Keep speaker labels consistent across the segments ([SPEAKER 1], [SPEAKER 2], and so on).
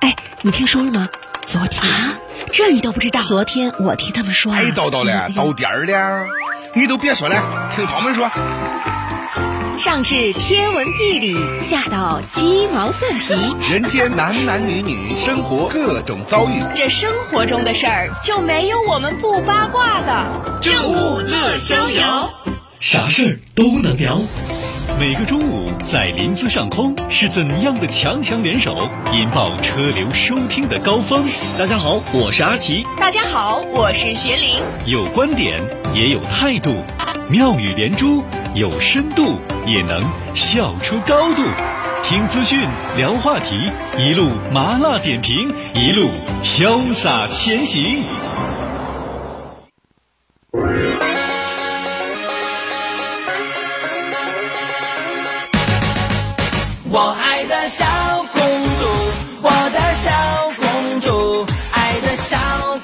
[SPEAKER 1] 哎，你听说了吗？昨天
[SPEAKER 2] 啊，这你都不知道？
[SPEAKER 1] 昨天我听他们说、啊。
[SPEAKER 3] 哎，叨叨嘞，到点儿了，你都别说了，听他们说。
[SPEAKER 2] 上至天文地理，下到鸡毛蒜皮，
[SPEAKER 3] 人间男男女女，生活各种遭遇，
[SPEAKER 2] 这生活中的事儿就没有我们不八卦的。
[SPEAKER 4] 正午乐逍遥，
[SPEAKER 5] 啥事儿都能聊。每个中午在林子上空是怎样的强强联手，引爆车流收听的高峰？大家好，我是阿奇。
[SPEAKER 2] 大家好，我是学林。
[SPEAKER 5] 有观点，也有态度，妙语连珠，有深度，也能笑出高度。听资讯，聊话题，一路麻辣点评，一路潇洒前行。
[SPEAKER 6] 我爱的小公主，我的小公主，爱的小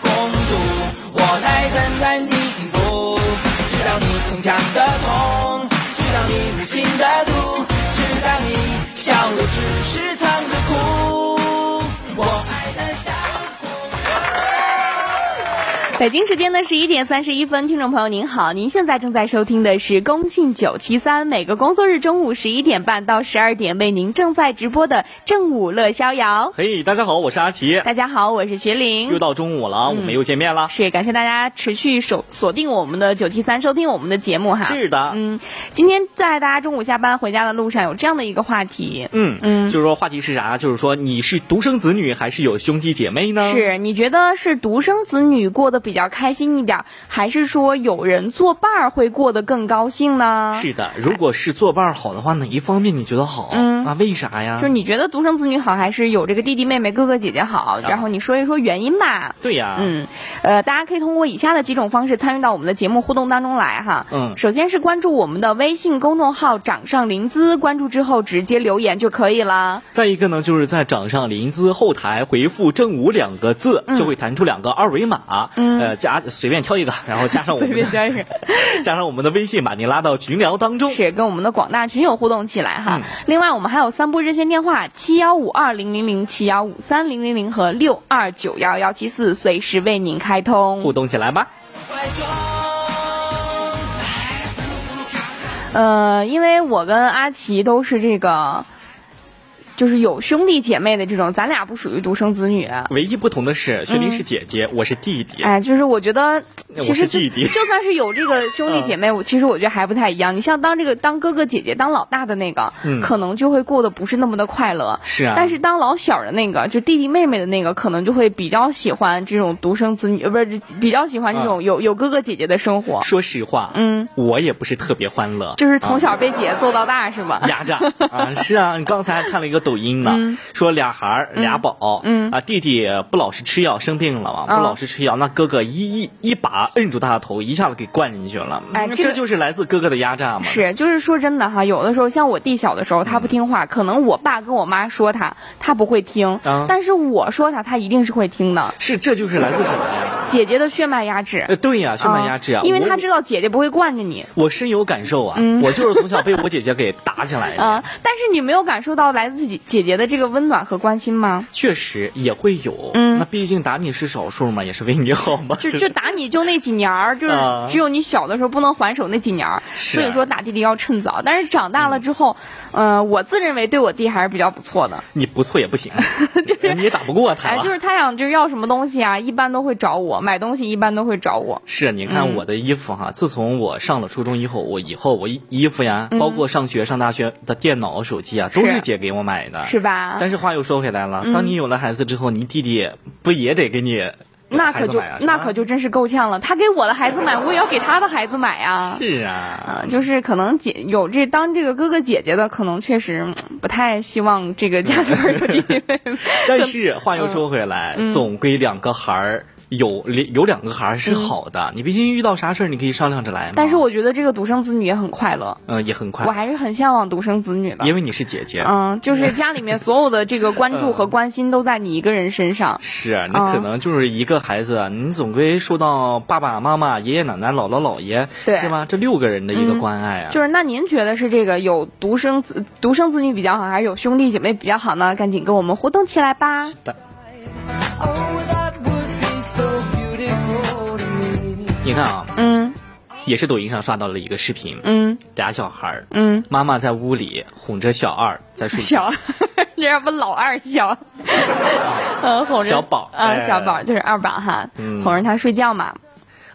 [SPEAKER 6] 公主，我来温暖你幸福，知道你逞强的痛，知道你无情的毒，知道你笑了只是藏着哭。我爱的小公
[SPEAKER 2] 北京时间的十一点三十一分，听众朋友您好，您现在正在收听的是工信九七三，每个工作日中午十一点半到十二点为您正在直播的正午乐逍遥。
[SPEAKER 7] 嘿大家好，我是阿奇。
[SPEAKER 2] 大家好，我是学
[SPEAKER 7] 又
[SPEAKER 2] 林。
[SPEAKER 7] 到中午了啊，我们又见面了。
[SPEAKER 2] 是感谢大家持续守锁定我们的九七三，收听我们的节目哈。
[SPEAKER 7] 是的，
[SPEAKER 2] 嗯，今天在大家中午下班回家的路上有这样的一个话题，
[SPEAKER 7] 嗯
[SPEAKER 2] 嗯
[SPEAKER 7] 就是说话题是啥？就是说你是独生子女还是有兄弟姐妹呢？
[SPEAKER 2] 是你觉得是独生子女过得比较开心一点儿，还是说有人作伴儿会过得更高兴呢？
[SPEAKER 7] 是的，如果是作伴儿好的话，哪一方面你觉得好？
[SPEAKER 2] 嗯
[SPEAKER 7] 啊，为啥呀
[SPEAKER 2] 就是？你觉得独生子女好，还是有这个弟弟妹妹哥哥姐姐
[SPEAKER 7] 啊
[SPEAKER 2] 好？然后你说一说原因吧。
[SPEAKER 7] 对呀，
[SPEAKER 2] 嗯，呃，大家可以通过以下的几种方式参与到我们的节目互动当中来哈。
[SPEAKER 7] 嗯
[SPEAKER 2] 首先是关注我们的微信公众号“掌上灵姿”，关注之后直接留言就可以了。
[SPEAKER 7] 再一个呢，就是在掌上临淄后台回复“正午”两个字，
[SPEAKER 2] 嗯
[SPEAKER 7] 就会弹出两个二维码，呃，加随便挑一个，然后加上我们
[SPEAKER 2] 随便
[SPEAKER 7] 的
[SPEAKER 2] 加一个
[SPEAKER 7] 加上我们的微信，把您拉到群聊当中。
[SPEAKER 2] 是跟我们的广大群友互动起来哈。另外，我们还有三部热线电话：七幺五二零零零、七幺五三零零零和六二九幺幺七四，随时为您开通。
[SPEAKER 7] 互动起来吧。
[SPEAKER 6] 主怀中。
[SPEAKER 2] 呃，因为我跟阿奇都是这个，就是有兄弟姐妹的这种，咱俩不属于独生子女。
[SPEAKER 7] 唯一不同的是，雪玲是姐姐，我是弟弟。
[SPEAKER 2] 嗯哎，就是我觉得，其实
[SPEAKER 7] 是
[SPEAKER 2] 就
[SPEAKER 7] 弟嗯弟
[SPEAKER 2] 就算是有 这个兄弟姐妹，我其实我觉得还不太一样。你像当这个当哥哥姐姐当老大的那个，
[SPEAKER 7] 嗯
[SPEAKER 2] 可能就会过得不是那么的快乐。
[SPEAKER 7] 是啊
[SPEAKER 2] 但是当老小的那个，就弟弟妹妹的那个，可能就会比较喜欢这种独生子女，呃不是比较喜欢这
[SPEAKER 7] 嗯
[SPEAKER 2] 种有、有哥哥姐姐的生活，
[SPEAKER 7] 说实话，
[SPEAKER 2] 嗯，
[SPEAKER 7] 我也不是特别欢乐，
[SPEAKER 2] 就是从小被姐揍到大，是吧？
[SPEAKER 7] 压榨啊。是啊，你刚才还看了一个抖音呢，说俩孩儿俩宝，
[SPEAKER 2] 嗯
[SPEAKER 7] 啊，弟弟不老实吃药，生病了嘛，
[SPEAKER 2] 嗯
[SPEAKER 7] 不老实吃药，那哥哥一一一把摁住他的头，一下子给灌进去了。
[SPEAKER 2] 哎
[SPEAKER 7] 嗯
[SPEAKER 2] 这个
[SPEAKER 7] 这就是来自哥哥的压榨嘛。
[SPEAKER 2] 是，就是说真的哈，有的时候像我弟小的时候，他
[SPEAKER 7] 嗯
[SPEAKER 2] 不听话，可能我爸跟我妈说他，他不会听，
[SPEAKER 7] 啊
[SPEAKER 2] 但是我说他，他一定是会听的。
[SPEAKER 7] 是，这就是来自什么呀？
[SPEAKER 2] 姐姐的血脉压制，
[SPEAKER 7] 呃，对呀，胸
[SPEAKER 2] 啊
[SPEAKER 7] 满压制啊，
[SPEAKER 2] 因为
[SPEAKER 7] 我
[SPEAKER 2] 他知道姐姐不会惯着你
[SPEAKER 7] 我深有感受啊，我就是从小被我姐姐给打起来的。
[SPEAKER 2] 啊，但是你没有感受到来自己姐姐的这个温暖和关心吗？
[SPEAKER 7] 确实也会有，
[SPEAKER 2] 嗯
[SPEAKER 7] 那毕竟打你是少数嘛，也是为你好嘛。
[SPEAKER 2] 就
[SPEAKER 7] 这
[SPEAKER 2] 就打你就那几年儿，就是
[SPEAKER 7] 啊
[SPEAKER 2] 只有你小的时候不能还手那几年儿，
[SPEAKER 7] 是啊
[SPEAKER 2] 所以说打弟弟要趁早。但是长大了之后，嗯，我自认为对我弟还是比较不错的。
[SPEAKER 7] 你不错也不 行，就是你也打不过他。
[SPEAKER 2] 哎，就是他想就是要什么东西啊，一般都会找我，买东西一般都会找我。
[SPEAKER 7] 是你
[SPEAKER 2] 嗯
[SPEAKER 7] 看我的衣服哈，自从我上了初中以后，我以后我衣衣服呀，包括上学、上大学的电脑、手机啊，都
[SPEAKER 2] 嗯是
[SPEAKER 7] 是姐给我买的，
[SPEAKER 2] 是吧嗯
[SPEAKER 7] 但是话又说回来了，当你有了孩子之后，你弟弟不也得给你
[SPEAKER 2] 那
[SPEAKER 7] 孩
[SPEAKER 2] 可
[SPEAKER 7] 子
[SPEAKER 2] 就
[SPEAKER 7] 买啊
[SPEAKER 2] 那可
[SPEAKER 7] 是吧
[SPEAKER 2] 就真是够呛了。他给我的孩子买，我也要给他的孩子买啊。
[SPEAKER 7] 是啊，
[SPEAKER 2] 啊，就是可能姐有这当这个哥哥姐姐的，可能确实嗯不太希望这个家里边有弟弟妹 妹。
[SPEAKER 7] 但是话又说回来，
[SPEAKER 2] 嗯
[SPEAKER 7] 总归两个孩儿有有两个孩儿是好的，你毕竟遇到啥事儿你可以商量着来嘛。
[SPEAKER 2] 嗯但是我觉得这个独生子女也很快乐，
[SPEAKER 7] 嗯也很快，
[SPEAKER 2] 我还是很向往独生子女的。
[SPEAKER 7] 因为你是姐姐，
[SPEAKER 2] 嗯，就是家里面所有的这个关注和关心都在你一个人身上。
[SPEAKER 7] 嗯是啊，那可
[SPEAKER 2] 嗯
[SPEAKER 7] 能就是一个孩子，啊你总归受到爸爸妈妈、爷爷奶奶、姥姥姥爷，
[SPEAKER 2] 对嗯
[SPEAKER 7] 是吧？这六个人的一个关爱啊。
[SPEAKER 2] 就是那您觉得是这个有独生子独生子女比较好，还是有兄弟姐妹比较好呢？赶紧跟我们互动起来吧。
[SPEAKER 7] 的
[SPEAKER 6] Oh, that would be so beautiful to me.
[SPEAKER 7] 你看啊，
[SPEAKER 2] 嗯
[SPEAKER 7] 也是抖音上刷到了一个视频，
[SPEAKER 2] 嗯
[SPEAKER 7] 俩小孩儿，
[SPEAKER 2] 嗯，
[SPEAKER 7] 妈妈在屋里哄着小二在睡
[SPEAKER 2] 小
[SPEAKER 7] 觉，
[SPEAKER 2] 二，这要不老 二小，嗯，哄着
[SPEAKER 7] 小宝
[SPEAKER 2] 啊，
[SPEAKER 7] 哎
[SPEAKER 2] 小宝就是二宝哈，
[SPEAKER 7] 嗯
[SPEAKER 2] 哄着他睡觉嘛。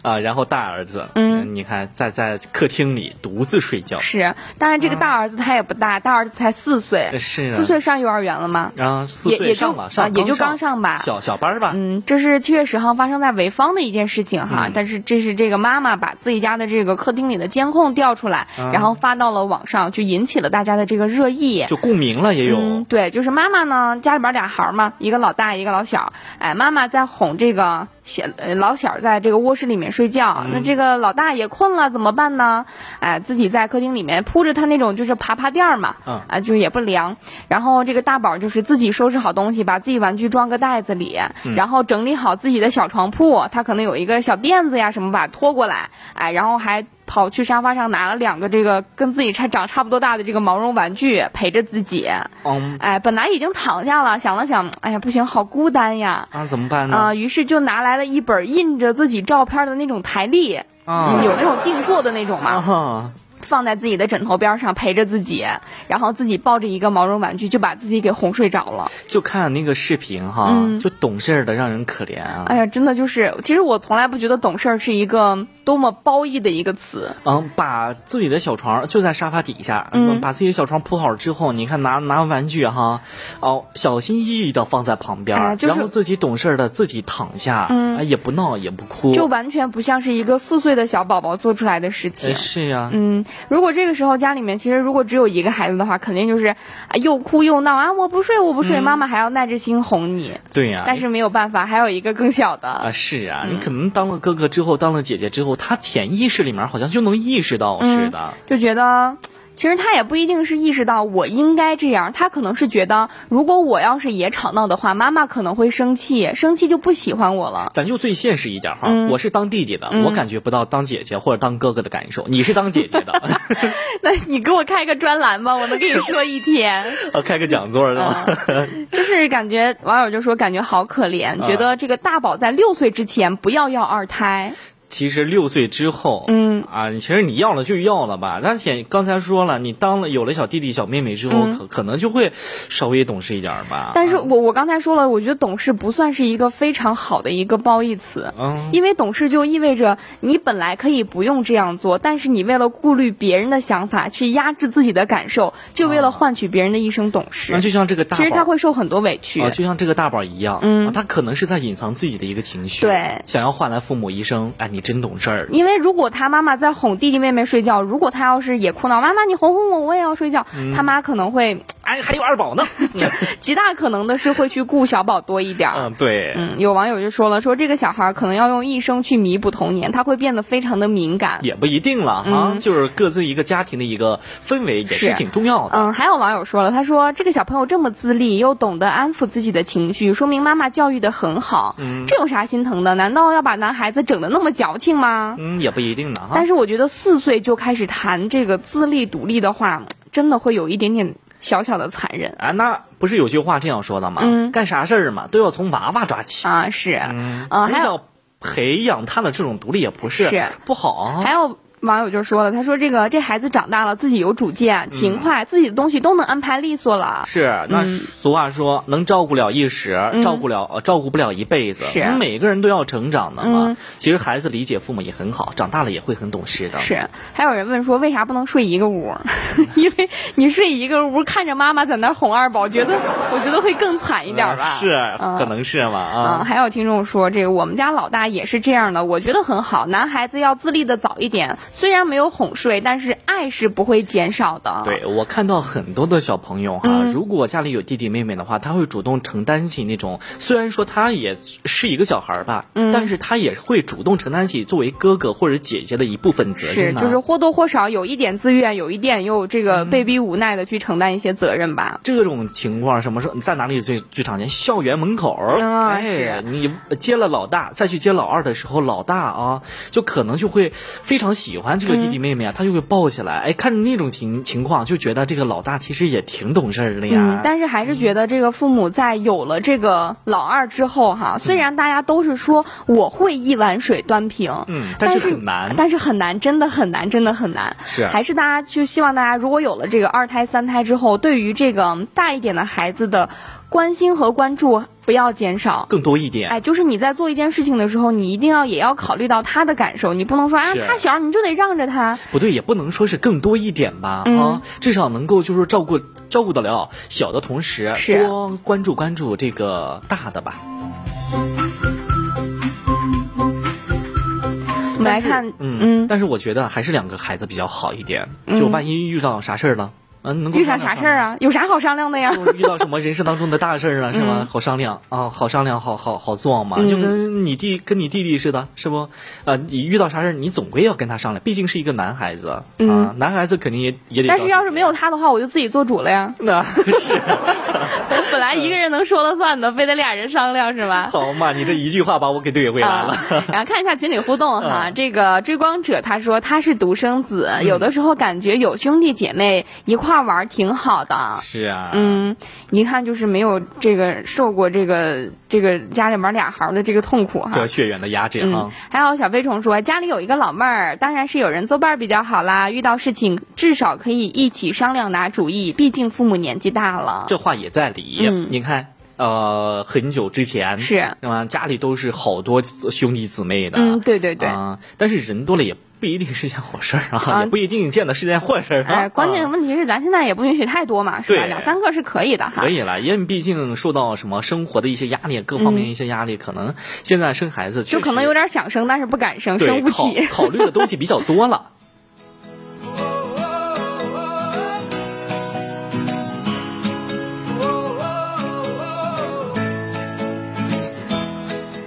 [SPEAKER 7] 啊，然后大儿子，
[SPEAKER 2] 嗯，
[SPEAKER 7] 你看在在客厅里独自睡觉，
[SPEAKER 2] 是，啊当然这个大儿子他也不大，大儿子才四岁，
[SPEAKER 7] 嗯是啊
[SPEAKER 2] 四岁上幼儿园了吗？
[SPEAKER 7] 啊，四
[SPEAKER 2] 也也
[SPEAKER 7] 岁
[SPEAKER 2] 就
[SPEAKER 7] 上吧，上
[SPEAKER 2] 啊也就刚上
[SPEAKER 7] 上
[SPEAKER 2] 吧
[SPEAKER 7] 小小班儿吧，
[SPEAKER 2] 嗯，这是七月十号发生在潍坊的一件事情哈，
[SPEAKER 7] 嗯
[SPEAKER 2] 但是这是这个妈妈把自己家的这个客厅里的监控调出来，
[SPEAKER 7] 嗯
[SPEAKER 2] 然后发到了网上，就引起了大家的这个热议。
[SPEAKER 7] 就共鸣了也有，
[SPEAKER 2] 嗯，对，就是妈妈呢，家里边俩孩儿嘛，一个老大，一个老小。哎，妈妈在哄这个小呃老小在这个卧室里面睡觉，
[SPEAKER 7] 嗯
[SPEAKER 2] 那这个老大也困了，怎么办呢？哎，自己在客厅里面铺着他那种就是爬爬垫儿嘛，
[SPEAKER 7] 嗯
[SPEAKER 2] 啊，就是也不凉。然后这个大宝就是自己收拾好东西，把自己玩具装个袋子里，
[SPEAKER 7] 嗯
[SPEAKER 2] 然后整理好自己的小床铺，他可能有一个小垫子呀什么，把它拖过来，哎，然后还跑去沙发上拿了两个这个跟自己差长差不多大的这个毛绒玩具陪着自己，
[SPEAKER 7] 嗯
[SPEAKER 2] 哎，本来已经躺下了，想了想，哎呀，不行，好孤单呀。
[SPEAKER 7] 啊，怎么办
[SPEAKER 2] 啊、
[SPEAKER 7] 呢？
[SPEAKER 2] 于是就拿来了一本印着自己照片的那种台历，
[SPEAKER 7] 啊
[SPEAKER 2] 有那种定做的那种嘛，
[SPEAKER 7] 啊，
[SPEAKER 2] 放在自己的枕头边上陪着自己，然后自己抱着一个毛绒玩具就把自己给哄睡着了。
[SPEAKER 7] 就看那个视频哈，
[SPEAKER 2] 嗯
[SPEAKER 7] 就懂事儿的让人可怜啊。
[SPEAKER 2] 哎呀，真的就是，其实我从来不觉得懂事儿是一个多么褒义的一个词。
[SPEAKER 7] 嗯，把自己的小床就在沙发底下，
[SPEAKER 2] 嗯
[SPEAKER 7] 把自己的小床铺好之后，你看拿拿玩具哈，哦，小心翼翼的放在旁边，
[SPEAKER 2] 哎就是
[SPEAKER 7] 然后自己懂事的自己躺下，
[SPEAKER 2] 嗯
[SPEAKER 7] 哎也不闹也不哭，
[SPEAKER 2] 就完全不像是一个四岁的小宝宝做出来的事情
[SPEAKER 7] 哎。是呀、
[SPEAKER 2] 嗯，如果这个时候家里面其实如果只有一个孩子的话，肯定就是啊又哭又闹啊，我不睡我不睡，妈妈还要耐着心哄你。
[SPEAKER 7] 对呀、
[SPEAKER 2] 但是嗯没有办法，还有一个更小
[SPEAKER 7] 啊，
[SPEAKER 2] 的，
[SPEAKER 7] 是啊，你可能当了哥哥之后，当了姐姐之后，他潜意识里面好像就能意识到似的。
[SPEAKER 2] 就觉得。其实他也不一定是意识到我应该这样，他可能是觉得如果我要是也吵闹的话，妈妈可能会生气，生气就不喜欢 我了。
[SPEAKER 7] 咱就最现实一点哈，
[SPEAKER 2] 嗯
[SPEAKER 7] 我是当弟弟的，我感觉不到当姐姐或者当哥哥的感受。你是当姐姐的，
[SPEAKER 2] 那你给我开个专栏吧，我能跟你说一天。
[SPEAKER 7] 啊开个讲座是吧？
[SPEAKER 2] 嗯就是感觉网友就说感觉好可怜，觉得这个大宝在六岁之前不要要二胎。
[SPEAKER 7] 其实六岁之后，
[SPEAKER 2] 嗯
[SPEAKER 7] 啊，其实你要了就要了吧。但且刚才说了，你当了有了小弟弟、小妹妹之后，可可能就会稍微懂事一点儿吧。
[SPEAKER 2] 嗯但是我我刚才说了，我觉得懂事不算是一个非常好的一个褒义词，
[SPEAKER 7] 嗯
[SPEAKER 2] 因为懂事就意味着你本来可以不用这样做，但是你为了顾虑别人的想法，去压制自己的感受，就为了换取别人的一声懂事。
[SPEAKER 7] 哦那就像这个大
[SPEAKER 2] 其实他
[SPEAKER 7] 宝。
[SPEAKER 2] 会受很多委屈。
[SPEAKER 7] 啊，就像这个大宝一样，
[SPEAKER 2] 嗯
[SPEAKER 7] 啊他可能是在隐藏自己的一个情绪，
[SPEAKER 2] 对
[SPEAKER 7] 想要换来父母一声，哎，你真懂事儿，
[SPEAKER 2] 因为如果他妈妈在哄弟弟妹妹睡觉，如果他要是也哭闹，妈妈你哄哄我，我也要睡觉，
[SPEAKER 7] 嗯
[SPEAKER 2] 他妈可能会
[SPEAKER 7] 哎，还有二 宝呢，
[SPEAKER 2] 极大可能的是会去顾小宝多一点儿。
[SPEAKER 7] 嗯，对，
[SPEAKER 2] 嗯，有网友就说了，说这个小孩儿可能要用一生去弥补童年，他会变得非常的敏感。
[SPEAKER 7] 也不一定了哈、就是各自一个家庭的一个氛围也
[SPEAKER 2] 嗯是
[SPEAKER 7] 是挺重要的。
[SPEAKER 2] 嗯，还有网友说了，他说这个小朋友这么自立，又懂得安抚自己的情绪，说明妈妈教育的很好。
[SPEAKER 7] 嗯
[SPEAKER 2] 这有啥心疼的？难道要把男孩子整得那么矫情吗？
[SPEAKER 7] 嗯，也不一定呢哈
[SPEAKER 2] 但。是我觉得四岁就开始谈这个自立独立的话，真的会有一点点小小的残忍。
[SPEAKER 7] 啊，那不是有句话这样说的吗？
[SPEAKER 2] 嗯
[SPEAKER 7] 干啥事儿嘛，都要从娃娃抓起。
[SPEAKER 2] 啊，是，呃，
[SPEAKER 7] 嗯从
[SPEAKER 2] 还有
[SPEAKER 7] 小培养他的这种独立也不是
[SPEAKER 2] 是
[SPEAKER 7] 不好啊。
[SPEAKER 2] 还有网友就说了，他说这个这孩子长大了，自己有主见，
[SPEAKER 7] 嗯
[SPEAKER 2] 勤快，自己的东西都能安排利索了。
[SPEAKER 7] 是，
[SPEAKER 2] 嗯
[SPEAKER 7] 那俗话说，能照顾了一时，照顾了呃照顾不了一辈子。
[SPEAKER 2] 是
[SPEAKER 7] 每个人都要成长的嘛
[SPEAKER 2] 嗯。
[SPEAKER 7] 其实孩子理解父母也很好，长大了也会很懂事的。
[SPEAKER 2] 是，还有人问说为啥不能睡一个屋？ 因为你睡一个屋，看着妈妈在那儿哄二宝，觉得我觉得会更惨一点吧。
[SPEAKER 7] 啊嗯是，可能是嘛
[SPEAKER 2] 啊嗯，
[SPEAKER 7] 啊。
[SPEAKER 2] 还有听众说，这个我们家老大也是这样的，我觉得很好。男孩子要自立的早一点，虽然没有哄睡，但是爱是不会减少的。，
[SPEAKER 7] 对，我看到很多的小朋友哈、
[SPEAKER 2] 嗯
[SPEAKER 7] 如果家里有弟弟妹妹的话，他会主动承担起那种，虽然说他也是一个小孩儿吧，
[SPEAKER 2] 嗯
[SPEAKER 7] 但是他也会主动承担起作为哥哥或者姐姐的一部分责
[SPEAKER 2] 是
[SPEAKER 7] 任、啊。
[SPEAKER 2] 就是或多或少有一点自愿，有一点又这个被逼无奈的去承担一些责任吧。
[SPEAKER 7] 这种情况，什么时候在哪里最最常见？校园门口儿，
[SPEAKER 2] 嗯
[SPEAKER 7] 哎
[SPEAKER 2] 是，
[SPEAKER 7] 啊你接了老大，再去接老二的时候，老大啊，就可能就会非常喜喜欢这个弟弟妹妹啊，他就会抱起来。哎，看着那种情情况，就觉得这个老大其实也挺懂事儿的呀
[SPEAKER 2] 嗯，。但是还是觉得这个父母在有了这个老二之后
[SPEAKER 7] 嗯
[SPEAKER 2] 哈，虽然大家都是说我会一碗水端平，
[SPEAKER 7] 嗯但
[SPEAKER 2] 但
[SPEAKER 7] 是很难啊
[SPEAKER 2] 但是很难，真的很难，真的很难。
[SPEAKER 3] 是
[SPEAKER 2] 还是大家就希望大家如果有了这个二胎、三胎之后，对于这个大一点的孩子的关心和关注不要减少。
[SPEAKER 7] 更多一点，
[SPEAKER 2] 哎，就是你在做一件事情的时候，你一定要也要考虑到他的感受，你不能说啊
[SPEAKER 7] 是
[SPEAKER 2] 他小你就得让着他。
[SPEAKER 7] 不对，也不能说是更多一点吧，
[SPEAKER 2] 嗯
[SPEAKER 7] 啊，至少能够就是照顾照顾得了小的同时，
[SPEAKER 2] 是
[SPEAKER 7] 多关注关注这个大的吧。
[SPEAKER 2] 我们来看，
[SPEAKER 7] 嗯，但是我觉得还是两个孩子比较好一点，就万一遇到啥事儿了，嗯，能够
[SPEAKER 2] 嗯遇上
[SPEAKER 7] 商量
[SPEAKER 2] 啥
[SPEAKER 7] 商
[SPEAKER 2] 事儿
[SPEAKER 7] 量？
[SPEAKER 2] 啊？有啥好商量的呀？
[SPEAKER 7] 就遇到什么人生当中的大事儿啊，是
[SPEAKER 2] 嗯
[SPEAKER 7] 吧？好商量啊，好商量，好好好做嘛，就跟你弟跟你弟弟似的，是不？啊，你遇到啥事儿，你总归要跟他商量，毕竟是一个男孩子啊，男孩子肯定也也得。
[SPEAKER 2] 嗯但是要是没有，他的话，我就自己做主了呀。
[SPEAKER 7] 那是
[SPEAKER 2] 本来一个人能说了算的，非得俩人商量是吧？
[SPEAKER 7] 好嘛？你这一句话把我给怼回来了。嗯
[SPEAKER 2] 啊。然后看一下群里互动哈，这个追光者他说他是独生子，有的时候感觉有兄弟姐妹一块儿玩儿挺好的。
[SPEAKER 7] 是啊，
[SPEAKER 2] 嗯，一看就是没有这个受过这个这个家里面俩孩儿的这个痛苦哈。
[SPEAKER 7] 这血缘的压制
[SPEAKER 2] 嗯
[SPEAKER 7] 啊，，
[SPEAKER 2] 还有小飞虫说家里有一个老妹儿，当然是有人作伴儿比较好啦。遇到事情至少可以一起商量拿主意，毕竟父母年纪大了。
[SPEAKER 7] 这话也在理。
[SPEAKER 2] 嗯
[SPEAKER 7] 你看，呃，很久之前
[SPEAKER 2] 是
[SPEAKER 7] 那么家里都是好多兄弟姊妹的，
[SPEAKER 2] 嗯，对对对。
[SPEAKER 7] 啊但是人多了也不一定是件好事儿啊，
[SPEAKER 2] 啊
[SPEAKER 7] 也不一定见得是件坏事儿啊。
[SPEAKER 2] 哎，关键
[SPEAKER 7] 啊
[SPEAKER 2] 问题是咱现在也不允许太多嘛，是吧？
[SPEAKER 7] 对
[SPEAKER 2] 两三个是可以的哈。
[SPEAKER 7] 可以了，因为毕竟受到什么生活的一些压力，各方面一些压力，可能现在生孩子
[SPEAKER 2] 嗯就可能有点想生，但是不敢生，
[SPEAKER 7] 对
[SPEAKER 2] 生不
[SPEAKER 7] 考
[SPEAKER 2] 起。
[SPEAKER 7] 考虑的东西比较多了。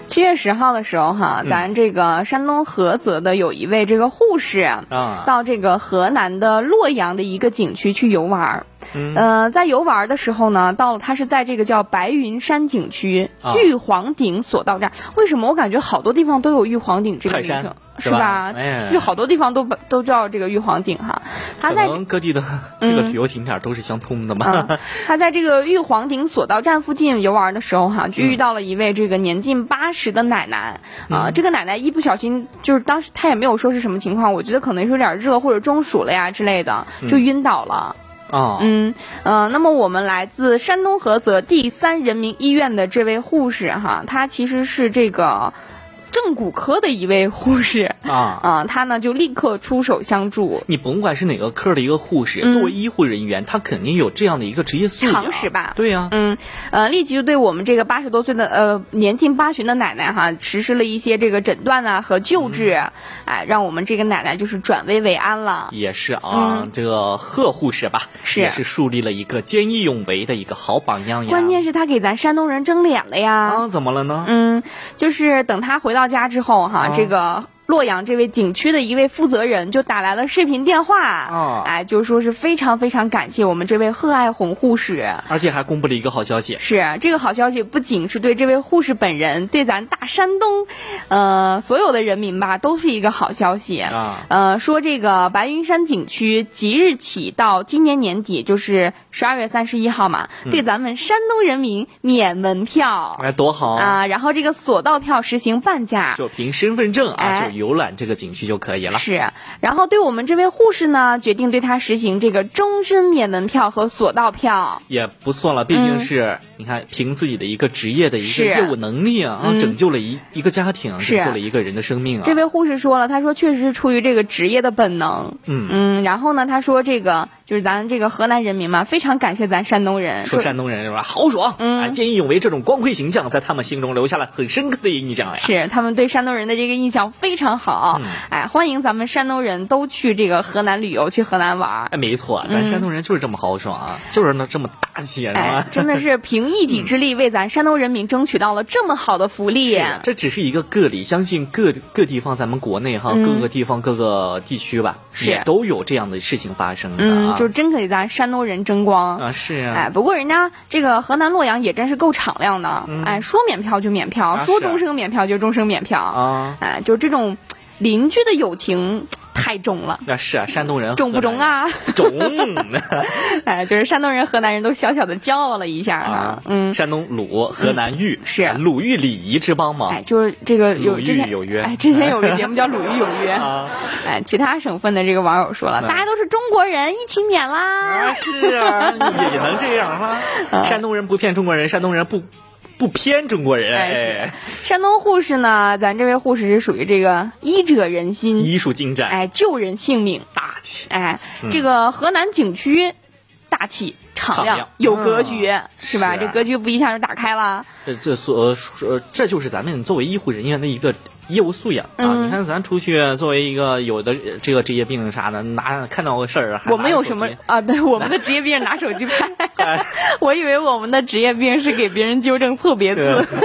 [SPEAKER 2] 七月十号的时候
[SPEAKER 7] 嗯
[SPEAKER 2] 哈，咱这个山东菏泽的有一位这个护士
[SPEAKER 7] 啊
[SPEAKER 2] 到这个河南的洛阳的一个景区去游玩儿。
[SPEAKER 7] 嗯
[SPEAKER 2] 呃，在游玩儿的时候呢，到了他是在这个叫白云山景区
[SPEAKER 7] 啊
[SPEAKER 2] 玉皇顶索道站。为什么我感觉好多地方都有玉皇顶这个
[SPEAKER 7] 泰
[SPEAKER 2] 名
[SPEAKER 7] 山
[SPEAKER 2] 称，
[SPEAKER 7] 是
[SPEAKER 2] 是
[SPEAKER 7] 吧哎
[SPEAKER 2] 就好多地方都都叫这个玉皇顶哈。他
[SPEAKER 7] 可
[SPEAKER 2] 在这
[SPEAKER 7] 能各地的这个旅游景点都是相通的嘛。
[SPEAKER 2] 嗯，他在这个玉皇顶索道站附近游玩的时候、哈，就遇到了一位这个年近八十的奶奶啊、这个奶奶一不小心，就是当时她也没有说是什么情况，我觉得可能是有点热或者中暑了呀之类的，就晕倒了。
[SPEAKER 7] 啊，
[SPEAKER 2] 嗯呃，那么我们来自山东菏泽第三人民医院的这位护士哈，她其实是这个正骨科的一位护士
[SPEAKER 7] 啊
[SPEAKER 2] 啊、她呢就立刻出手相助。
[SPEAKER 7] 你甭管是哪个科的一个护士，作为医护人员，他肯定有这样的一个职业素养，
[SPEAKER 2] 嗯常识吧
[SPEAKER 7] 对呀、
[SPEAKER 2] 嗯，呃，立即就对我们这个八十多岁的呃年近八旬的奶奶哈，实施了一些这个诊断啊和救治，
[SPEAKER 7] 嗯
[SPEAKER 2] 哎，让我们这个奶奶就是转危为安了。
[SPEAKER 7] 也是啊，这个贺护士吧，
[SPEAKER 2] 嗯是
[SPEAKER 7] 也是树立了一个见义勇为的一个好榜样呀。
[SPEAKER 2] 关键是她给咱山东人争脸了呀。
[SPEAKER 7] 啊，怎么了呢？
[SPEAKER 2] 嗯，就是等她回到家之后哈，
[SPEAKER 7] 哦
[SPEAKER 2] 这个。洛阳这位景区的一位负责人就打来了视频电话，
[SPEAKER 7] 啊
[SPEAKER 2] 哎，就说是非常非常感谢我们这位贺爱红护士，
[SPEAKER 7] 而且还公布了一个好消息，
[SPEAKER 2] 是啊这个好消息，不仅是对这位护士本人，对咱大山东，呃，所有的人民吧，都是一个好消息。
[SPEAKER 7] 啊
[SPEAKER 2] 呃，说这个白云山景区即日起到今年年底，就是十二月三十一号嘛，对咱们山东人民免门票
[SPEAKER 7] 嗯哎，多好！
[SPEAKER 2] 啊、然后这个索道票实行半价。
[SPEAKER 7] 就凭身份证啊，
[SPEAKER 2] 哎
[SPEAKER 7] 就游览这个景区就可以了。
[SPEAKER 2] 是，然后对我们这位护士呢，决定对她实行这个终身免门票和索道票。
[SPEAKER 7] 也不错了，毕竟是、你看，凭自己的一个职业的一个
[SPEAKER 2] 嗯是
[SPEAKER 7] 业务能力啊，啊
[SPEAKER 2] 嗯
[SPEAKER 7] 拯救了一一个家庭，
[SPEAKER 2] 是
[SPEAKER 7] 拯救了一个人的生命啊。
[SPEAKER 2] 这位护士说了，她说确实是出于这个职业的本能，
[SPEAKER 7] 嗯，
[SPEAKER 2] 嗯，然后呢，他说这个就是咱这个河南人民嘛，非常感谢咱山东人，
[SPEAKER 7] 说山东人是吧？豪爽，
[SPEAKER 2] 嗯
[SPEAKER 7] 啊，见义勇为这种光辉形象，在他们心中留下了很深刻的印象呀。
[SPEAKER 2] 是他们对山东人的这个印象非常好，
[SPEAKER 7] 嗯
[SPEAKER 2] 哎，欢迎咱们山东人都去这个河南旅游，去河南 玩儿。
[SPEAKER 7] 哎，没错，咱山东人就是这么豪爽啊，就是那这么大气，啊是
[SPEAKER 2] 嗯哎
[SPEAKER 7] 吧，？
[SPEAKER 2] 真的是凭一己之力为咱山东人民争取到了这么好的福利。
[SPEAKER 7] 是啊这只是一个个例，相信各各地方，咱们国内哈，各个地方、各个地区吧，
[SPEAKER 2] 嗯是
[SPEAKER 7] 也都有这样的事情发生的
[SPEAKER 2] 嗯，
[SPEAKER 7] 啊。
[SPEAKER 2] 就真给咱山东人争光。
[SPEAKER 7] 啊，是
[SPEAKER 2] 哎，
[SPEAKER 7] 啊，
[SPEAKER 2] 不过人家这个河南洛阳也真是够敞亮的，哎，说免票就免票，
[SPEAKER 7] 嗯啊
[SPEAKER 2] 说
[SPEAKER 7] 是
[SPEAKER 2] 终生免票就终生免票，
[SPEAKER 7] 啊
[SPEAKER 2] 哎，就这种邻居的友情。太重了。
[SPEAKER 7] 那是啊，山东人
[SPEAKER 2] 中不中啊？
[SPEAKER 7] 中
[SPEAKER 2] 哎，就是山东人、河南人都小小的骄傲了一下
[SPEAKER 7] 啊
[SPEAKER 2] 哈，，嗯。
[SPEAKER 7] 山东鲁、河南豫
[SPEAKER 2] 是
[SPEAKER 7] 啊鲁豫礼仪之邦嘛
[SPEAKER 2] 哎，，就是这个有
[SPEAKER 7] 哦鲁豫
[SPEAKER 2] 之前
[SPEAKER 7] 有约
[SPEAKER 2] 哎，之前有个节 目叫《鲁豫有约》
[SPEAKER 7] 啊，嗯
[SPEAKER 2] 哎，其他省份的这个网友说了，大家都是中国人，一起免啦
[SPEAKER 7] 啊，是啊，也能这样啊。山东人不骗中国人，山东人不不偏中国人，
[SPEAKER 2] 哎是
[SPEAKER 7] 哎，
[SPEAKER 2] 山东护士呢，咱这位护士是属于这个医者仁心，
[SPEAKER 7] 医嗯术精湛，
[SPEAKER 2] 哎，救人性命。
[SPEAKER 7] 大气。
[SPEAKER 2] 哎，这个河南景区大气敞
[SPEAKER 7] 敞
[SPEAKER 2] 亮
[SPEAKER 7] 亮，
[SPEAKER 2] 有格局，
[SPEAKER 7] 啊
[SPEAKER 2] 是吧？
[SPEAKER 7] 是
[SPEAKER 2] 这格局不一下就打开了。
[SPEAKER 7] 这这所说，这就是咱们作为医护人员的一个业务素养啊！
[SPEAKER 2] 嗯
[SPEAKER 7] 你看，咱出去作为一个有的呃这个职业病啥的，拿看到个事儿，还
[SPEAKER 2] 我
[SPEAKER 7] 拿
[SPEAKER 2] 们
[SPEAKER 7] 着
[SPEAKER 2] 有
[SPEAKER 7] 手
[SPEAKER 2] 什么
[SPEAKER 7] 机哎
[SPEAKER 2] 啊？对，我们的职业病是拿手机拍。 我以为我们的职业病是给别人纠正错别字。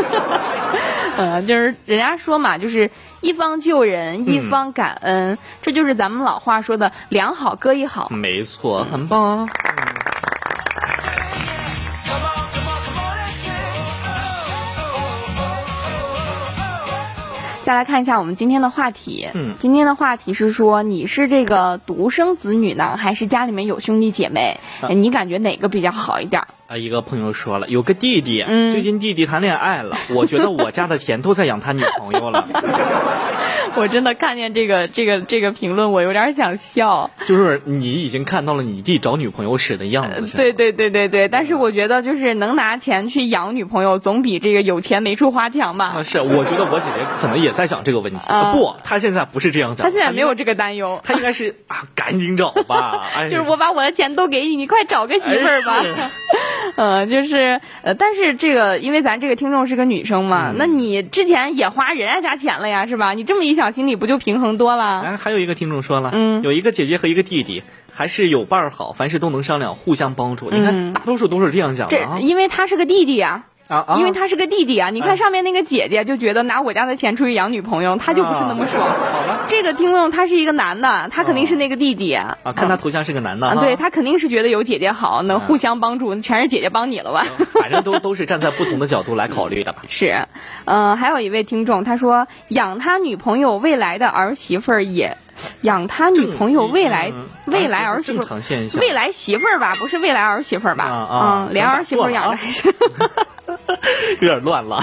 [SPEAKER 2] 呃，就是人家说嘛，就是一方救人，
[SPEAKER 7] 嗯
[SPEAKER 2] 一方感恩，这就是咱们老话说的“两好歌一好”
[SPEAKER 7] 没错，很棒啊！
[SPEAKER 2] 再来看一下我们今天的话题。
[SPEAKER 7] 嗯
[SPEAKER 2] 今天的话题是说你是这个独生子女呢，还是家里面有兄弟姐妹？
[SPEAKER 7] 啊
[SPEAKER 2] 你感觉哪个比较好一点儿？
[SPEAKER 7] 啊，一个朋友说了，有个弟弟，
[SPEAKER 2] 嗯
[SPEAKER 7] 最近弟弟谈恋爱 了，我觉得我家的钱都在养他女朋友了。
[SPEAKER 2] 我真的看见这个这个这个评论，我有点想笑。
[SPEAKER 7] 就是你已经看到了你弟找女朋友时的样 子，是吧
[SPEAKER 2] 对对对对对，但是我觉得就是能拿钱去养女朋友，总比这个有钱没处花强吧
[SPEAKER 7] 啊，。是，我觉得我姐姐可能也在想这个问题。
[SPEAKER 2] 啊
[SPEAKER 7] 不，她现在不是这样想，
[SPEAKER 2] 他现在没有
[SPEAKER 7] 应
[SPEAKER 2] 这个担忧，
[SPEAKER 7] 她应该是啊，赶紧找 吧，哎、
[SPEAKER 2] 就是我把我的钱都给你，你快找个媳妇儿吧。
[SPEAKER 7] 哎
[SPEAKER 2] 嗯，就是呃，但是这个，因为咱这个听众是个女生嘛，
[SPEAKER 7] 嗯
[SPEAKER 2] 那你之前也花人家家钱了呀，是吧？你这么一想，心里不就平衡多了？
[SPEAKER 7] 哎，还有一个听众说了，
[SPEAKER 2] 嗯
[SPEAKER 7] 有一个姐姐和一个弟弟，还是有伴儿好，凡事都能商量，互相帮助。你看，大多数都是这样想的啊
[SPEAKER 2] 嗯这因为他是个弟弟呀、
[SPEAKER 7] 啊啊！
[SPEAKER 2] 因为他是个弟弟啊。你看上面那个姐姐就觉得拿我家的钱出去养女朋友，他就不是那
[SPEAKER 7] 啊
[SPEAKER 2] 么爽。
[SPEAKER 7] 好了
[SPEAKER 2] 这个听众他是一个男的，他肯定是那个弟弟啊。
[SPEAKER 7] 啊，看他头像是个男的
[SPEAKER 2] 啊
[SPEAKER 7] 哈，嗯
[SPEAKER 2] 对他肯定是觉得有姐姐好，能互相帮助，全是姐姐帮你了吧？
[SPEAKER 7] 反正都都是站在不同的角度来考虑的吧。
[SPEAKER 2] 是，呃，还有一位听众他说，养他女朋友未来的儿媳妇儿也，养他女朋友未来、
[SPEAKER 7] 嗯
[SPEAKER 2] 未来儿媳
[SPEAKER 7] 正
[SPEAKER 2] 妇
[SPEAKER 7] 常
[SPEAKER 2] 儿。
[SPEAKER 7] 现象。
[SPEAKER 2] 未来媳妇儿吧，不是未来儿媳妇儿吧？
[SPEAKER 7] 啊啊
[SPEAKER 2] 嗯，连儿媳妇儿养着还是
[SPEAKER 7] 有点乱了。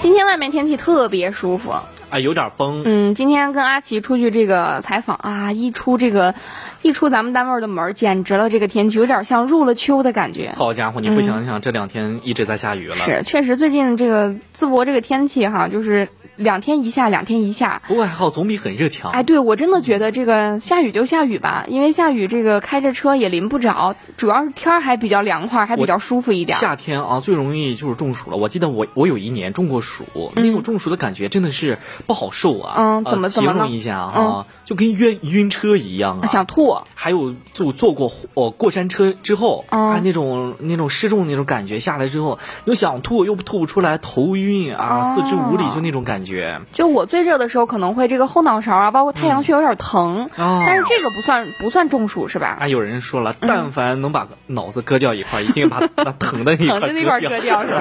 [SPEAKER 2] 今天外面天气特别舒服，
[SPEAKER 7] 啊，有点疯。
[SPEAKER 2] 嗯，今天跟阿奇出去这个采访啊，一出这个，一出咱们单位的门儿，简直了，这个天气有点像入了秋的感觉。
[SPEAKER 7] 好家伙，你不想想，这两天一直在下雨了。。
[SPEAKER 2] 嗯是，确实最近这个淄博这个天气哈，就是两天一下，两天一下，
[SPEAKER 7] 不过还好，总比很热强。
[SPEAKER 2] 哎，对我真的觉得这个下雨就下雨吧，因为下雨这个开着车也淋不着，主要是天儿还比较凉快，还比较舒服一点。
[SPEAKER 7] 夏天啊，最容易就是中暑了。我记得我我有一年中过暑，那种中暑的感觉真的是不好受啊。
[SPEAKER 2] 嗯
[SPEAKER 7] 呃
[SPEAKER 2] 怎么怎
[SPEAKER 7] 形
[SPEAKER 2] 么
[SPEAKER 7] 容
[SPEAKER 2] 呢嗯
[SPEAKER 7] 一下啊？就跟晕晕车一样啊。
[SPEAKER 2] 想吐，
[SPEAKER 7] 还有就坐过呃过山车之后，
[SPEAKER 2] 嗯
[SPEAKER 7] 啊那种那种失重那种感觉下来之后，又想吐又吐不出来，头晕
[SPEAKER 2] 哦
[SPEAKER 7] 啊，四肢无力，就那种感觉。
[SPEAKER 2] 就我最热的时候可能会这个后脑勺啊，包括太阳穴有点疼，
[SPEAKER 7] 嗯哦
[SPEAKER 2] 但是这个不算不算中暑是吧？
[SPEAKER 7] 啊，有人说了，
[SPEAKER 2] 嗯
[SPEAKER 7] 但凡能把脑子割掉一块，一定把把 疼的那一
[SPEAKER 2] 疼的那块
[SPEAKER 7] 块
[SPEAKER 2] 儿割掉是吧？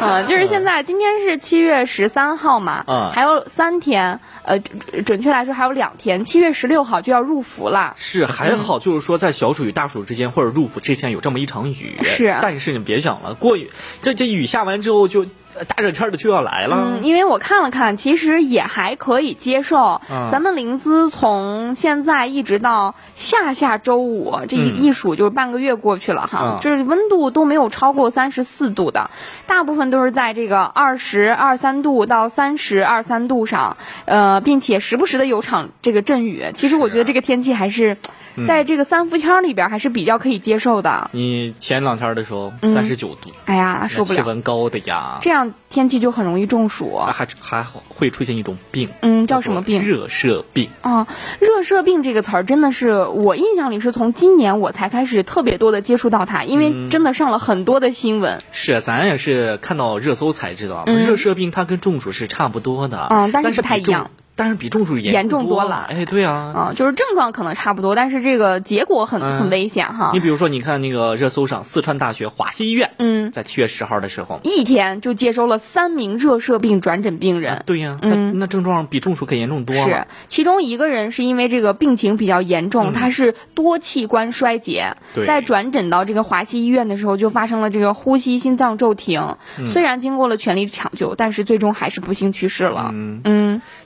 [SPEAKER 2] 嗯，就是现在，今天是七月十三号嘛，
[SPEAKER 7] 嗯
[SPEAKER 2] 还有三天，呃，准准确来说还有两天，七月十六号就要入伏了。
[SPEAKER 7] 是
[SPEAKER 2] 嗯
[SPEAKER 7] 还好，就是说在小暑与大暑之间，或者入伏之前有这么一场雨。
[SPEAKER 2] 是啊
[SPEAKER 7] 但是你别想了，过雨这这雨下完之后就呃大热天儿的就要来了。
[SPEAKER 2] 嗯，因为我看了看，其实也还可以接受。
[SPEAKER 7] 嗯
[SPEAKER 2] 咱们临淄从现在一直到下下周五，这一、
[SPEAKER 7] 嗯
[SPEAKER 2] 一数就是半个月过去了哈，
[SPEAKER 7] 嗯
[SPEAKER 2] 就是温度都没有超过三十四度的，大部分都是在这个二十二三度到三十二三度上，呃，并且时不时的有场这个阵雨。其实我
[SPEAKER 7] 啊
[SPEAKER 2] 觉得这个天气还是，
[SPEAKER 7] 嗯
[SPEAKER 2] 在这个三伏天儿里边儿还是比较可以接受的。
[SPEAKER 7] 你前两天的时候三十九度，
[SPEAKER 2] 哎呀，受不
[SPEAKER 7] 那气
[SPEAKER 2] 了，
[SPEAKER 7] 温高的呀，
[SPEAKER 2] 这样天气就很容易中暑。
[SPEAKER 7] 啊还还会出现一种病，
[SPEAKER 2] 嗯
[SPEAKER 7] 做
[SPEAKER 2] 叫什么病
[SPEAKER 7] 热射病。
[SPEAKER 2] 啊，热射病这个词儿真的是我印象里是从今年我才开始特别多的接触到它，因为真的上了很多的新闻。
[SPEAKER 7] 是，啊咱啊也是看到热搜才知道，热射病它跟中暑是差不多的，
[SPEAKER 2] 嗯嗯但是
[SPEAKER 7] 是
[SPEAKER 2] 不太
[SPEAKER 7] 比
[SPEAKER 2] 一
[SPEAKER 7] 中
[SPEAKER 2] 样。
[SPEAKER 7] 但是比中暑
[SPEAKER 2] 严重
[SPEAKER 7] 多
[SPEAKER 2] 多了
[SPEAKER 7] 哎，对啊，
[SPEAKER 2] 啊、就是症状可能差不多，但是这个结果很、
[SPEAKER 7] 嗯
[SPEAKER 2] 很危险哈
[SPEAKER 7] 你。比如说，你看那个热搜上，四川大学华西医院，
[SPEAKER 2] 嗯
[SPEAKER 7] 在七月十号的时候，
[SPEAKER 2] 一天就接收了三名热射病转诊病人，
[SPEAKER 7] 对呀、那
[SPEAKER 2] 嗯
[SPEAKER 7] 那症状比中暑可严重多
[SPEAKER 2] 是
[SPEAKER 7] 了。，
[SPEAKER 2] 其中一个人是因为这个病情比较严重，他是多器官衰竭
[SPEAKER 7] 嗯对，
[SPEAKER 2] 在转诊到这个华西医院的时候，就发生了这个呼吸心脏骤停。
[SPEAKER 7] 嗯
[SPEAKER 2] 虽然经过了全力抢救，但是最终还是不幸去世了。嗯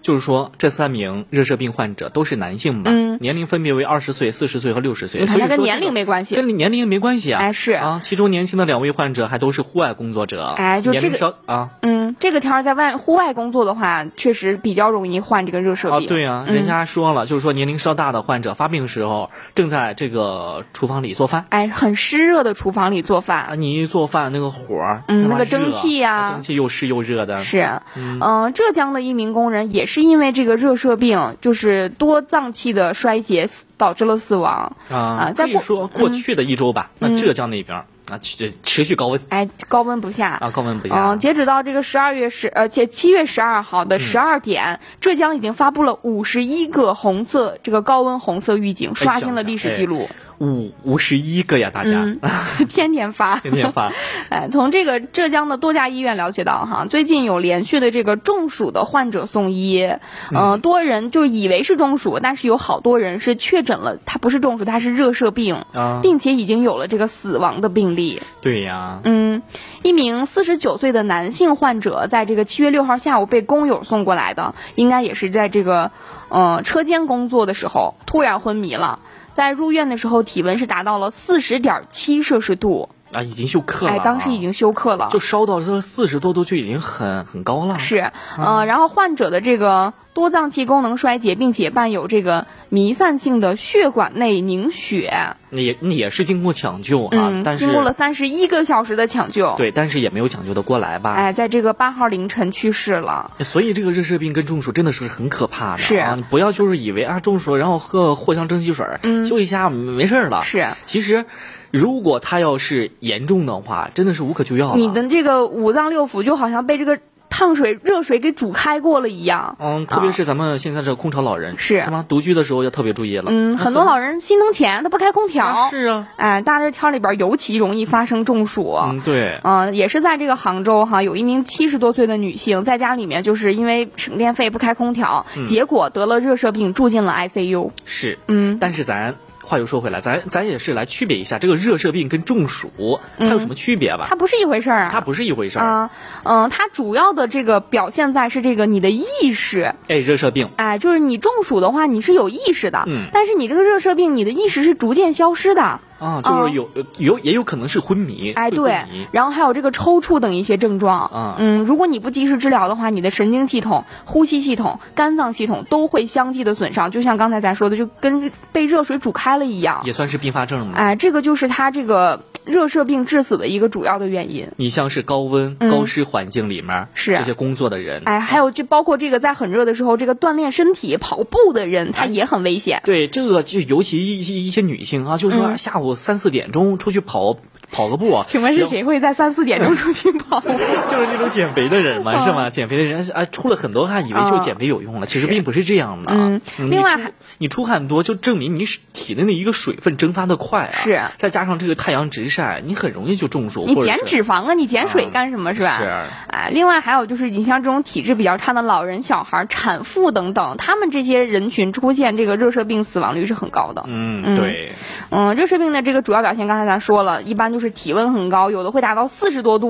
[SPEAKER 7] 就是说，这三名热射病患者都是男性吧？
[SPEAKER 2] 嗯
[SPEAKER 7] 年龄分别为二十岁、四十岁和六十岁。
[SPEAKER 2] 你看，
[SPEAKER 7] 所以
[SPEAKER 2] 它嗯跟
[SPEAKER 7] 说
[SPEAKER 2] 年
[SPEAKER 7] 这
[SPEAKER 2] 龄
[SPEAKER 7] 个
[SPEAKER 2] 没关系。
[SPEAKER 7] 跟年龄没关系啊。
[SPEAKER 2] 哎是
[SPEAKER 7] 啊，其中年轻的两位患者还都是户外工作者。
[SPEAKER 2] 哎就
[SPEAKER 7] 年龄
[SPEAKER 2] 这个
[SPEAKER 7] 稍啊
[SPEAKER 2] 嗯，这个天儿在外户外工作的话，确实比较容易患这个热射嗯
[SPEAKER 7] 啊，
[SPEAKER 2] 病。
[SPEAKER 7] 对啊，人家说了，就是说年龄稍大的患者发病时候正在这个厨房里做饭。
[SPEAKER 2] 哎，很湿热的厨房里做饭，
[SPEAKER 7] 啊，你一做饭那个火儿，
[SPEAKER 2] 嗯
[SPEAKER 7] 让它
[SPEAKER 2] 那个蒸
[SPEAKER 7] 热啊
[SPEAKER 2] 汽呀
[SPEAKER 7] 蒸汽又湿又热的，
[SPEAKER 2] 是，嗯、浙江的一名工人也是因为这个热射病，就是多脏器的衰竭死，导致了死亡。
[SPEAKER 7] 啊，
[SPEAKER 2] 在
[SPEAKER 7] 可以
[SPEAKER 2] 过
[SPEAKER 7] 说过去的一周吧，那
[SPEAKER 2] 嗯
[SPEAKER 7] 浙江那边儿啊，持持续高温
[SPEAKER 2] 哎，高温不下。
[SPEAKER 7] 啊，高温不
[SPEAKER 2] 嗯、
[SPEAKER 7] 下，
[SPEAKER 2] 截止到这个十二月十，呃，且七月十二号的
[SPEAKER 7] 嗯
[SPEAKER 2] 十二点，浙江已经发布了五十一个红色这个高温红色预
[SPEAKER 7] 哎
[SPEAKER 2] 警，刷新了历史记 录，
[SPEAKER 7] 五五十一个呀，大家
[SPEAKER 2] 嗯天天发。
[SPEAKER 7] 天天发，
[SPEAKER 2] 哎，从这个浙江的多家医院了解到，哈，最近有连续的这个中暑的患者送医，嗯、多人就是以为是中暑，但是有好多人是确诊了，他不是中暑，他是热射病，
[SPEAKER 7] 啊
[SPEAKER 2] 并且已经有了这个死亡的病例。
[SPEAKER 7] 对呀，
[SPEAKER 2] 嗯，一名四十九岁的男性患者，在这个七月六号下午被工友送过来的，应该也是在这个，呃，车间工作的时候突然昏迷了，在入院的时候体温是达到了四十点七摄氏度。
[SPEAKER 7] 啊，已经休克了
[SPEAKER 2] 哎，
[SPEAKER 7] 啊，
[SPEAKER 2] 当时已经休克了，
[SPEAKER 7] 就烧到这四十多度就已经很很高了，
[SPEAKER 2] 是，呃，然后患者的这个多脏器功能衰竭，并且伴有这个弥散性的血管内凝血，
[SPEAKER 7] 那也那也是经过抢救啊，
[SPEAKER 2] 嗯，
[SPEAKER 7] 但是
[SPEAKER 2] 经过了三十一个小时的抢救，，
[SPEAKER 7] 对，但是也没有抢救的过来吧，
[SPEAKER 2] 哎，在这个八号凌晨去世了，
[SPEAKER 7] 所以这个热射病跟中暑真的是很可怕的、啊，
[SPEAKER 2] 是
[SPEAKER 7] 你不要就是以为啊中暑然后喝藿香正气水儿、休一下没事儿了。
[SPEAKER 2] 嗯是
[SPEAKER 7] 其实如果他要是严重的话，真的是无可救药了。
[SPEAKER 2] 你的这个五脏六腑就好像被这个烫水、热水给煮开过了一样，
[SPEAKER 7] 嗯，特别是咱们现在这空巢老人，
[SPEAKER 2] 是
[SPEAKER 7] 吗？独居的时候要特别注意了。
[SPEAKER 2] 嗯，很多老人心疼钱，他不开空调，
[SPEAKER 7] 啊是啊，
[SPEAKER 2] 哎，大热天里边尤其容易发生中暑，
[SPEAKER 7] 嗯，对，
[SPEAKER 2] 嗯，也是在这个杭州哈，有一名七十多岁的女性在家里面就是因为省电费不开空调，
[SPEAKER 7] 嗯
[SPEAKER 2] 结果得了热射病，住进了 ICU。
[SPEAKER 7] 是，
[SPEAKER 2] 嗯
[SPEAKER 7] 但是咱。话又说回来，咱咱也是来区别一下这个热射病跟中暑它有什么区别吧？
[SPEAKER 2] 嗯它不是一回事儿啊，
[SPEAKER 7] 它不是一回事儿。
[SPEAKER 2] 啊，嗯、它主要的这个表现在是这个你的意识，
[SPEAKER 7] 哎，热射病
[SPEAKER 2] 哎，就是你中暑的话你是有意识的，
[SPEAKER 7] 嗯
[SPEAKER 2] 但是你这个热射病，你的意识是逐渐消失的，
[SPEAKER 7] 啊，就是有有也有可能是昏迷，会
[SPEAKER 2] 哎，对
[SPEAKER 7] 昏迷，
[SPEAKER 2] 然后还有这个抽搐等一些症状，
[SPEAKER 7] 啊
[SPEAKER 2] 嗯，如果你不及时治疗的话，你的神经系统、呼吸系统、肝脏系统都会相继的损伤，就像刚才咱说的，就跟被热水煮开了一样
[SPEAKER 7] 也，算是并发症嘛。
[SPEAKER 2] 哎，这个就是它这个热射病致死的一个主要的原因。
[SPEAKER 7] 你像是高温、
[SPEAKER 2] 嗯
[SPEAKER 7] 高湿环境里面，
[SPEAKER 2] 是啊
[SPEAKER 7] 这些工作的人，
[SPEAKER 2] 哎，还有就包括这个在很热的时候，这个锻炼身体、跑步的人，
[SPEAKER 7] 哎
[SPEAKER 2] 他也很危险。
[SPEAKER 7] 对这个就尤其一些一些女性啊，就是说
[SPEAKER 2] 嗯
[SPEAKER 7] 下午三四点钟出去跑跑个步啊，
[SPEAKER 2] 请问是谁会在三四点钟出去跑步？
[SPEAKER 7] 然后？就是那种减肥的人嘛，是
[SPEAKER 2] 哦
[SPEAKER 7] 吗？减肥的人啊，出了很多汗，以为就是减肥有用了，其实并不是这样的啊。
[SPEAKER 2] 嗯
[SPEAKER 7] 嗯
[SPEAKER 2] 另
[SPEAKER 7] 你
[SPEAKER 2] 外
[SPEAKER 7] 出
[SPEAKER 2] 还
[SPEAKER 7] 你出汗多，就证明你是体内的一个水分蒸发的快啊，
[SPEAKER 2] 是
[SPEAKER 7] 再加上这个太阳直晒，你很容易就中暑，
[SPEAKER 2] 你
[SPEAKER 7] 或者
[SPEAKER 2] 减
[SPEAKER 7] 是
[SPEAKER 2] 脂肪啊，你减水
[SPEAKER 7] 啊
[SPEAKER 2] 干什么、是吧？
[SPEAKER 7] 是
[SPEAKER 2] 哎，另外还有就是，你像这种体质比较差的老人、小孩、产妇等等，他们这些人群出现这个热射病死亡率是很高的。
[SPEAKER 7] 嗯，
[SPEAKER 2] 嗯
[SPEAKER 7] 对，
[SPEAKER 2] 嗯，热射病的这个主要表现，刚才咱说了，一般就是体温很高，有的会达到四十多度，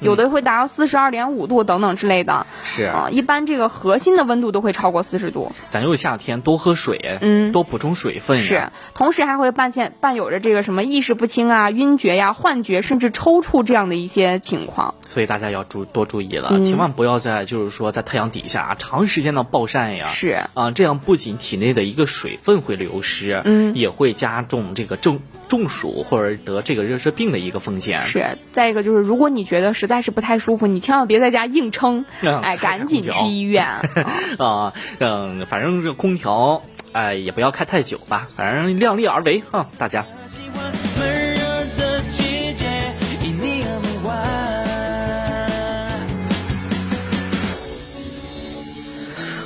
[SPEAKER 2] 有的会达到四十二点五度等等之类的。
[SPEAKER 7] 嗯是
[SPEAKER 2] 啊、一般这个核心的温度都会超过四十度。
[SPEAKER 7] 咱又夏天多喝水，
[SPEAKER 2] 嗯
[SPEAKER 7] 多补充水分呀，
[SPEAKER 2] 是，同时还会伴现伴有着这个什么意识不清啊、晕厥呀、幻觉，甚至抽搐这样的一些情况。
[SPEAKER 7] 所以大家要注多注意了，
[SPEAKER 2] 嗯
[SPEAKER 7] 千万不要在就是说在太阳底下啊长时间的暴晒呀。
[SPEAKER 2] 是
[SPEAKER 7] 啊，这样不仅体内的一个水分会流失，
[SPEAKER 2] 嗯
[SPEAKER 7] 也会加重这个中中暑或者得这个热射病的一个风险。
[SPEAKER 2] 是，再一个就是，如果你觉得实在是不太舒服，你千万别在家硬撑，
[SPEAKER 7] 嗯
[SPEAKER 2] 哎，
[SPEAKER 7] 开
[SPEAKER 2] 赶
[SPEAKER 7] 空
[SPEAKER 2] 紧
[SPEAKER 7] 调
[SPEAKER 2] 去医院。
[SPEAKER 7] 啊，嗯，反正这空调，哎、也不要开太久吧，反正量力而为哈，大家。
[SPEAKER 6] 喜欢闷热的季节，因你而梦幻。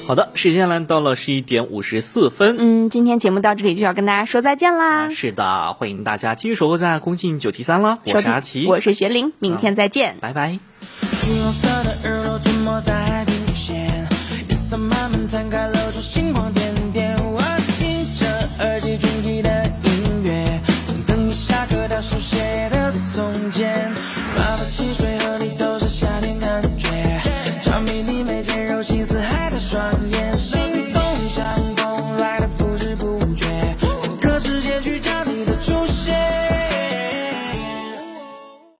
[SPEAKER 7] 好的，时间来到了十一点五十四分。
[SPEAKER 2] 嗯，今天节目到这里就要跟大家说再见啦。
[SPEAKER 7] 啊是的，欢迎大家继续守候在公信九七三啦，我
[SPEAKER 2] 收
[SPEAKER 7] 是
[SPEAKER 2] 听
[SPEAKER 7] 阿奇，
[SPEAKER 2] 我是学玲，明天再见。
[SPEAKER 7] 拜拜。
[SPEAKER 6] 紫红色的日落沉没在海平线，夜色慢慢摊开了